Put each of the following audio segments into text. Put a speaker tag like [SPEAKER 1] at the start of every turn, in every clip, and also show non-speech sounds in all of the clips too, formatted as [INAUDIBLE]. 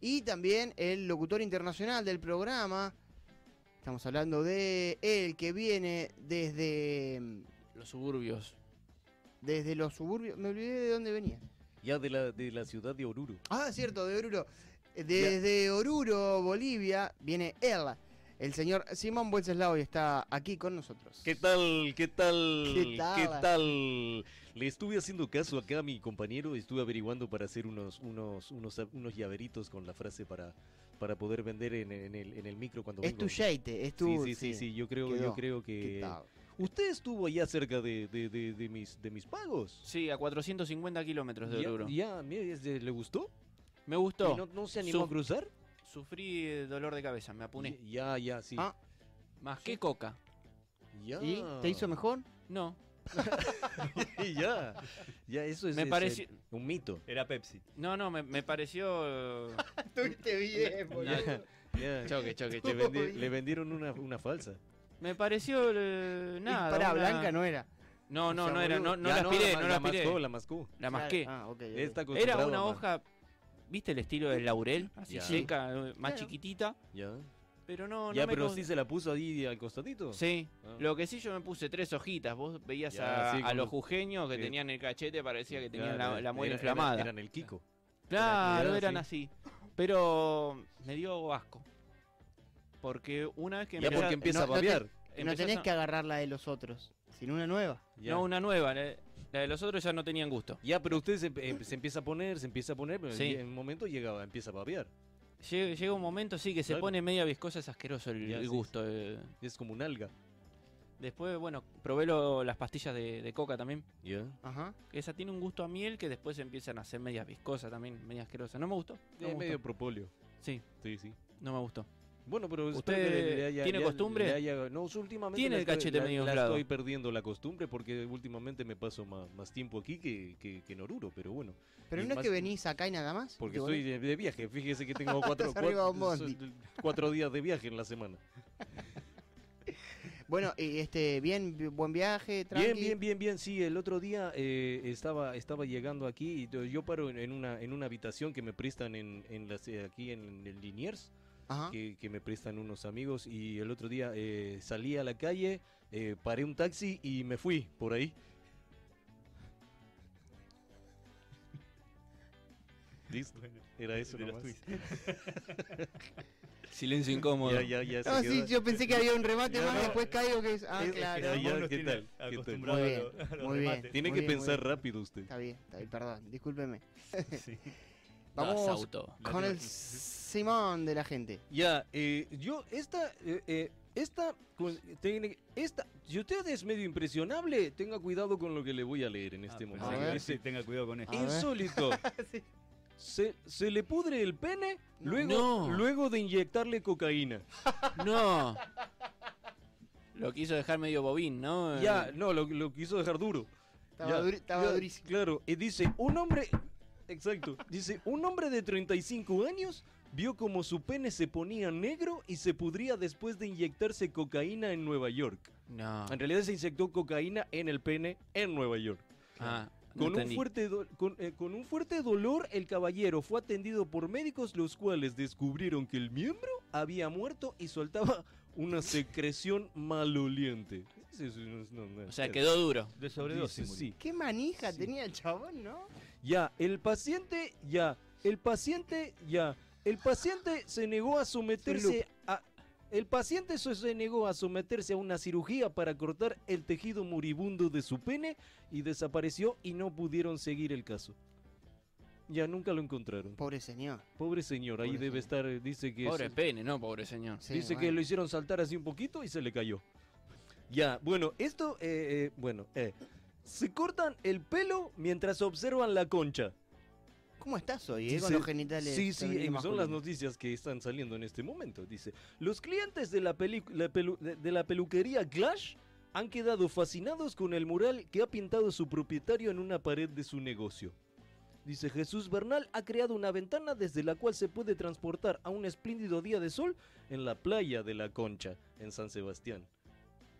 [SPEAKER 1] Y también el locutor internacional del programa. Estamos hablando de él que viene desde,
[SPEAKER 2] Los suburbios.
[SPEAKER 1] desde los suburbios. Me olvidé de dónde venía.
[SPEAKER 3] Ya de la, de la ciudad de Oruro.
[SPEAKER 1] Ah, cierto, de Oruro. Desde Oruro, Bolivia, viene él. El señor Simón Wenceslao y está aquí con nosotros.
[SPEAKER 3] ¿Qué tal? ¿Qué tal?
[SPEAKER 1] ¿Qué tal?
[SPEAKER 3] tal? Le estuve haciendo caso acá a mi compañero, estuve averiguando para hacer unos unos unos, unos llaveritos con la frase para, para poder vender en, en el, en el micro cuando
[SPEAKER 1] Es
[SPEAKER 3] vengo.
[SPEAKER 1] tu yeite, es tu...
[SPEAKER 3] Sí, sí, sí, sí, Eh, yo creo,
[SPEAKER 1] quedó.
[SPEAKER 3] yo creo
[SPEAKER 1] ¿Qué
[SPEAKER 3] que
[SPEAKER 1] tal?
[SPEAKER 3] usted estuvo allá cerca de, de, de, de mis de mis pagos.
[SPEAKER 2] Sí, a 450 kilómetros de
[SPEAKER 3] Ya-
[SPEAKER 2] Oruro.
[SPEAKER 3] Ya, mire, este, ¿le gustó?
[SPEAKER 2] Me
[SPEAKER 3] ¿Y
[SPEAKER 2] gustó.
[SPEAKER 3] No, no se animó
[SPEAKER 2] Su-
[SPEAKER 3] a cruzar?
[SPEAKER 2] Sufrí eh, dolor de cabeza, me apuné.
[SPEAKER 3] Ya, ya, sí.
[SPEAKER 1] Ah,
[SPEAKER 2] Más que coca.
[SPEAKER 3] Ya.
[SPEAKER 1] ¿Y te hizo mejor?
[SPEAKER 2] No,
[SPEAKER 3] [LAUGHS] ya. Ya, eso es
[SPEAKER 2] Me
[SPEAKER 3] es, eh,
[SPEAKER 2] pareció-
[SPEAKER 3] un mito.
[SPEAKER 4] Era Pepsi.
[SPEAKER 2] no, no, me, me
[SPEAKER 3] [LAUGHS]
[SPEAKER 2] pareció... eh,
[SPEAKER 1] Estuviste bien,
[SPEAKER 2] boludo.
[SPEAKER 3] Ya.
[SPEAKER 2] choque,
[SPEAKER 3] [LAUGHS]
[SPEAKER 2] choque,
[SPEAKER 3] Le,
[SPEAKER 2] choque.
[SPEAKER 3] vendi- le vendieron una, una falsa.
[SPEAKER 2] Me pareció... eh, nada.
[SPEAKER 1] para
[SPEAKER 2] una-
[SPEAKER 1] Blanca no era.
[SPEAKER 2] No, no,
[SPEAKER 1] O sea,
[SPEAKER 2] no era, no,
[SPEAKER 1] boludo.
[SPEAKER 2] no
[SPEAKER 3] Ya
[SPEAKER 2] la aspiré,
[SPEAKER 3] ma-
[SPEAKER 2] no la aspiré.
[SPEAKER 3] mascó, la mascó.
[SPEAKER 2] La masqué.
[SPEAKER 1] Ah, ok. ok.
[SPEAKER 3] Él está
[SPEAKER 2] Era
[SPEAKER 3] acostumbrado
[SPEAKER 2] una
[SPEAKER 3] a ma-
[SPEAKER 2] hoja, ¿viste el estilo del laurel? Así
[SPEAKER 3] Ya.
[SPEAKER 2] seca, eh, más
[SPEAKER 1] Claro.
[SPEAKER 2] chiquitita.
[SPEAKER 3] Ya,
[SPEAKER 2] Pero no, no
[SPEAKER 3] ya
[SPEAKER 2] me
[SPEAKER 3] pero
[SPEAKER 2] con-
[SPEAKER 3] sí se la puso ahí al costadito.
[SPEAKER 2] Sí,
[SPEAKER 3] Ah.
[SPEAKER 2] lo que sí yo me puse tres hojitas. Vos veías
[SPEAKER 3] Ya,
[SPEAKER 2] a,
[SPEAKER 3] sí,
[SPEAKER 2] a los
[SPEAKER 3] con los-
[SPEAKER 2] jujeños que
[SPEAKER 3] sí.
[SPEAKER 2] tenían el cachete, parecía que tenían
[SPEAKER 3] Claro,
[SPEAKER 2] la, la muela
[SPEAKER 3] era-
[SPEAKER 2] inflamada.
[SPEAKER 3] Eran, eran el Kiko.
[SPEAKER 2] claro,
[SPEAKER 3] eran-
[SPEAKER 2] eran
[SPEAKER 3] sí.
[SPEAKER 2] así. Pero me dio asco. Porque una vez que
[SPEAKER 3] Ya
[SPEAKER 2] empezás-
[SPEAKER 3] porque empieza
[SPEAKER 1] no-
[SPEAKER 3] a
[SPEAKER 1] no te-
[SPEAKER 3] babear.
[SPEAKER 1] No
[SPEAKER 2] empezás
[SPEAKER 1] tenés
[SPEAKER 2] a-
[SPEAKER 1] que agarrar la de los otros, sino una nueva.
[SPEAKER 3] ya.
[SPEAKER 2] No, una nueva. La, la de los otros ya no tenían gusto.
[SPEAKER 3] Ya, pero usted se, em- se empieza a poner, se empieza a poner, pero
[SPEAKER 2] Sí.
[SPEAKER 3] en un momento llega, empieza a babear.
[SPEAKER 2] Llega, llega un momento, sí, que se
[SPEAKER 3] Claro.
[SPEAKER 2] pone media viscosa, es asqueroso el,
[SPEAKER 3] Ya,
[SPEAKER 2] el
[SPEAKER 3] sí,
[SPEAKER 2] gusto. eh.
[SPEAKER 3] Es como un alga.
[SPEAKER 2] Después, bueno, probé lo- las pastillas de, de coca también.
[SPEAKER 3] Ya.
[SPEAKER 1] Ajá.
[SPEAKER 2] Esa tiene un gusto a miel que después empiezan a hacer medias viscosas también, medias asquerosas. No me gustó. no me
[SPEAKER 3] Es
[SPEAKER 2] gustó.
[SPEAKER 3] medio propóleo.
[SPEAKER 2] Sí,
[SPEAKER 3] Sí, sí.
[SPEAKER 2] no me gustó.
[SPEAKER 3] Bueno, pero
[SPEAKER 2] ¿Usted
[SPEAKER 3] espero que
[SPEAKER 2] tiene costumbre?
[SPEAKER 3] le haya- no, yo últimamente
[SPEAKER 2] Tiene
[SPEAKER 3] la
[SPEAKER 2] el
[SPEAKER 3] estoy-
[SPEAKER 2] cachete
[SPEAKER 3] la-
[SPEAKER 2] medio
[SPEAKER 3] la
[SPEAKER 2] inflado.
[SPEAKER 3] estoy perdiendo la costumbre porque últimamente me paso más, más tiempo aquí que, que, que en Oruro, pero bueno.
[SPEAKER 1] Pero
[SPEAKER 3] Y
[SPEAKER 1] no es
[SPEAKER 3] más-
[SPEAKER 1] que venís acá y nada más.
[SPEAKER 3] Porque
[SPEAKER 1] ¿Te
[SPEAKER 3] estoy de, de viaje, fíjese que
[SPEAKER 1] [LAUGHS]
[SPEAKER 3] tengo cuatro,
[SPEAKER 1] Estás arriba de un
[SPEAKER 3] cuatro,
[SPEAKER 1] bondi.
[SPEAKER 3] cuatro días de viaje en la semana.
[SPEAKER 1] volvés? Bueno, y este, bien, bi- buen viaje, tranqui.
[SPEAKER 3] Bien, bien, bien, bien, sí, el otro día eh, estaba, estaba llegando aquí y yo- yo paro en- en una, en una habitación que me prestan en, en las, eh, aquí en el Liniers.
[SPEAKER 1] Ajá.
[SPEAKER 3] que, que me prestan unos amigos y el otro día eh, salí a la calle, eh, paré un taxi y me fui por ahí. Listo, era eso
[SPEAKER 4] Era
[SPEAKER 3] nomás.
[SPEAKER 4] Twist.
[SPEAKER 2] Silencio incómodo.
[SPEAKER 3] Ya, ya, ya. se
[SPEAKER 1] No,
[SPEAKER 3] quedó.
[SPEAKER 1] sí, yo pensé que había un remate
[SPEAKER 3] Ya,
[SPEAKER 1] más,
[SPEAKER 3] [LAUGHS] no.
[SPEAKER 1] después caigo que es... Ah,
[SPEAKER 3] Es- es que
[SPEAKER 1] claro.
[SPEAKER 3] ahí-
[SPEAKER 4] Los monos
[SPEAKER 3] ¿qué
[SPEAKER 4] tienen
[SPEAKER 3] tal?
[SPEAKER 4] acostumbrado
[SPEAKER 1] ¿Qué tal?
[SPEAKER 4] a los- a los
[SPEAKER 1] Muy
[SPEAKER 5] [LAUGHS]
[SPEAKER 1] bien,
[SPEAKER 4] remates.
[SPEAKER 3] Tiene
[SPEAKER 1] Muy
[SPEAKER 3] que
[SPEAKER 1] bien, muy
[SPEAKER 3] pensar
[SPEAKER 1] bien.
[SPEAKER 3] rápido usted.
[SPEAKER 1] Está bien, está bien, perdón, discúlpeme.
[SPEAKER 4] Sí.
[SPEAKER 1] Vamos
[SPEAKER 2] auto.
[SPEAKER 1] con el Simón de la gente.
[SPEAKER 3] Ya, eh, yo, esta, eh, eh, esta, con- tiene- esta, si usted es medio impresionable, tenga cuidado con lo que le voy a leer en este
[SPEAKER 4] Ah,
[SPEAKER 3] momento.
[SPEAKER 4] pensé
[SPEAKER 1] A
[SPEAKER 4] que
[SPEAKER 1] ver.
[SPEAKER 3] Dice,
[SPEAKER 4] sí, tenga cuidado con esto.
[SPEAKER 1] A ver. [LAUGHS]
[SPEAKER 3] Insólito. se, se le pudre el pene
[SPEAKER 1] No.
[SPEAKER 3] luego,
[SPEAKER 2] No.
[SPEAKER 3] luego de inyectarle cocaína.
[SPEAKER 2] No. Lo quiso dejar medio bobín, ¿no?
[SPEAKER 3] Ya, no, lo, lo quiso dejar duro.
[SPEAKER 1] Ah, eh. Estaba,
[SPEAKER 3] Ya,
[SPEAKER 1] duri- estaba
[SPEAKER 3] ya,
[SPEAKER 1] durísimo.
[SPEAKER 3] Claro, y dice, un hombre... Exacto. Dice, un hombre de 35 años vio como su pene se ponía negro y se pudría después de inyectarse cocaína en Nueva York.
[SPEAKER 2] No.
[SPEAKER 3] En realidad se inyectó cocaína en el pene en Nueva York.
[SPEAKER 2] Ah, no
[SPEAKER 3] Con un,
[SPEAKER 2] entendí.
[SPEAKER 3] fuerte do- con, eh, con un fuerte dolor, el caballero fue atendido por médicos, los cuales descubrieron que el miembro había muerto y soltaba una secreción maloliente. Sí, sí, no, no, no.
[SPEAKER 2] O sea, quedó duro.
[SPEAKER 4] De
[SPEAKER 3] Dice,
[SPEAKER 4] sobredosis.
[SPEAKER 3] sí.
[SPEAKER 1] Qué manija
[SPEAKER 3] Sí.
[SPEAKER 1] tenía el chabón, ¿no?
[SPEAKER 3] Ya, el paciente, ya, el paciente, ya, el paciente se negó a someterse a... El paciente se- se negó a someterse a una cirugía para cortar el tejido moribundo de su pene y desapareció y no pudieron seguir el caso. Ya nunca lo encontraron.
[SPEAKER 1] Pobre señor.
[SPEAKER 3] Pobre señor, ahí
[SPEAKER 1] Pobre
[SPEAKER 3] debe
[SPEAKER 1] señor.
[SPEAKER 3] estar, eh, dice que...
[SPEAKER 2] Pobre
[SPEAKER 3] es-
[SPEAKER 2] pene, no, pobre señor.
[SPEAKER 1] Sí,
[SPEAKER 3] Dice que
[SPEAKER 1] bueno.
[SPEAKER 3] lo hicieron saltar así un poquito y se le cayó. Ya, bueno, esto, eh, eh, bueno, eh, se cortan el pelo mientras observan la concha.
[SPEAKER 1] ¿Cómo estás hoy, eh?
[SPEAKER 3] Dice-
[SPEAKER 1] con los genitales.
[SPEAKER 3] Sí, sí,
[SPEAKER 1] femeninos y
[SPEAKER 3] eh, son las
[SPEAKER 1] masculinos?
[SPEAKER 3] noticias que están saliendo en este momento. Dice, los clientes de la, pelicu- la pelu- de, de la peluquería Glash han quedado fascinados con el mural que ha pintado su propietario en una pared de su negocio. Dice Jesús Bernal ha creado una ventana desde la cual se puede transportar a un espléndido día de sol en la playa de la Concha, en San Sebastián.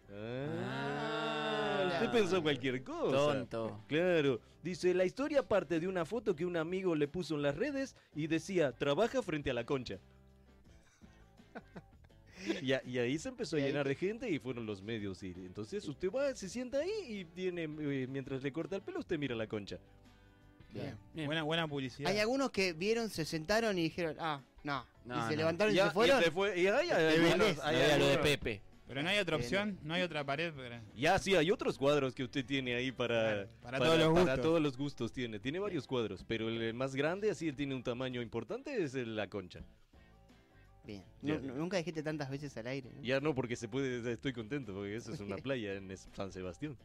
[SPEAKER 3] Ah,
[SPEAKER 1] Ah,
[SPEAKER 3] usted
[SPEAKER 1] la-
[SPEAKER 3] pensó cualquier cosa.
[SPEAKER 4] Tonto.
[SPEAKER 3] Claro, dice, la historia parte de una foto que un amigo le puso en las redes y decía, trabaja frente a la concha. Y, a- y ahí se empezó a
[SPEAKER 1] Y ahí-
[SPEAKER 3] llenar de gente y fueron los medios. Y entonces usted va, se sienta ahí y tiene, eh, mientras le corta el pelo, usted mira la concha.
[SPEAKER 1] Bien.
[SPEAKER 4] Bien.
[SPEAKER 5] Buena, buena publicidad.
[SPEAKER 1] Hay algunos que vieron, se sentaron y dijeron, ah, no.
[SPEAKER 4] No,
[SPEAKER 1] y se
[SPEAKER 4] no.
[SPEAKER 1] levantaron y,
[SPEAKER 3] a-
[SPEAKER 1] se fueron.
[SPEAKER 3] se fue- y ahí hay
[SPEAKER 1] Te
[SPEAKER 3] algunos-
[SPEAKER 1] vendes,
[SPEAKER 4] No
[SPEAKER 3] hay
[SPEAKER 4] era lo de
[SPEAKER 3] algunos-
[SPEAKER 4] Pepe.
[SPEAKER 5] Pero no hay otra
[SPEAKER 1] Bien.
[SPEAKER 5] opción, no hay otra pared. Para,
[SPEAKER 3] Ya, sí, hay otros cuadros que usted tiene ahí para...
[SPEAKER 5] para todos los
[SPEAKER 3] Para
[SPEAKER 5] gustos.
[SPEAKER 3] todos los gustos tiene. Tiene varios cuadros, pero el más grande, así tiene un tamaño importante, es el- la concha.
[SPEAKER 1] Bien. Nu-
[SPEAKER 3] Bien.
[SPEAKER 1] nu- Nunca dijiste tantas veces al aire. ¿no?
[SPEAKER 3] Ya no, porque se puede, estoy contento, porque eso es una playa en es- San Sebastián.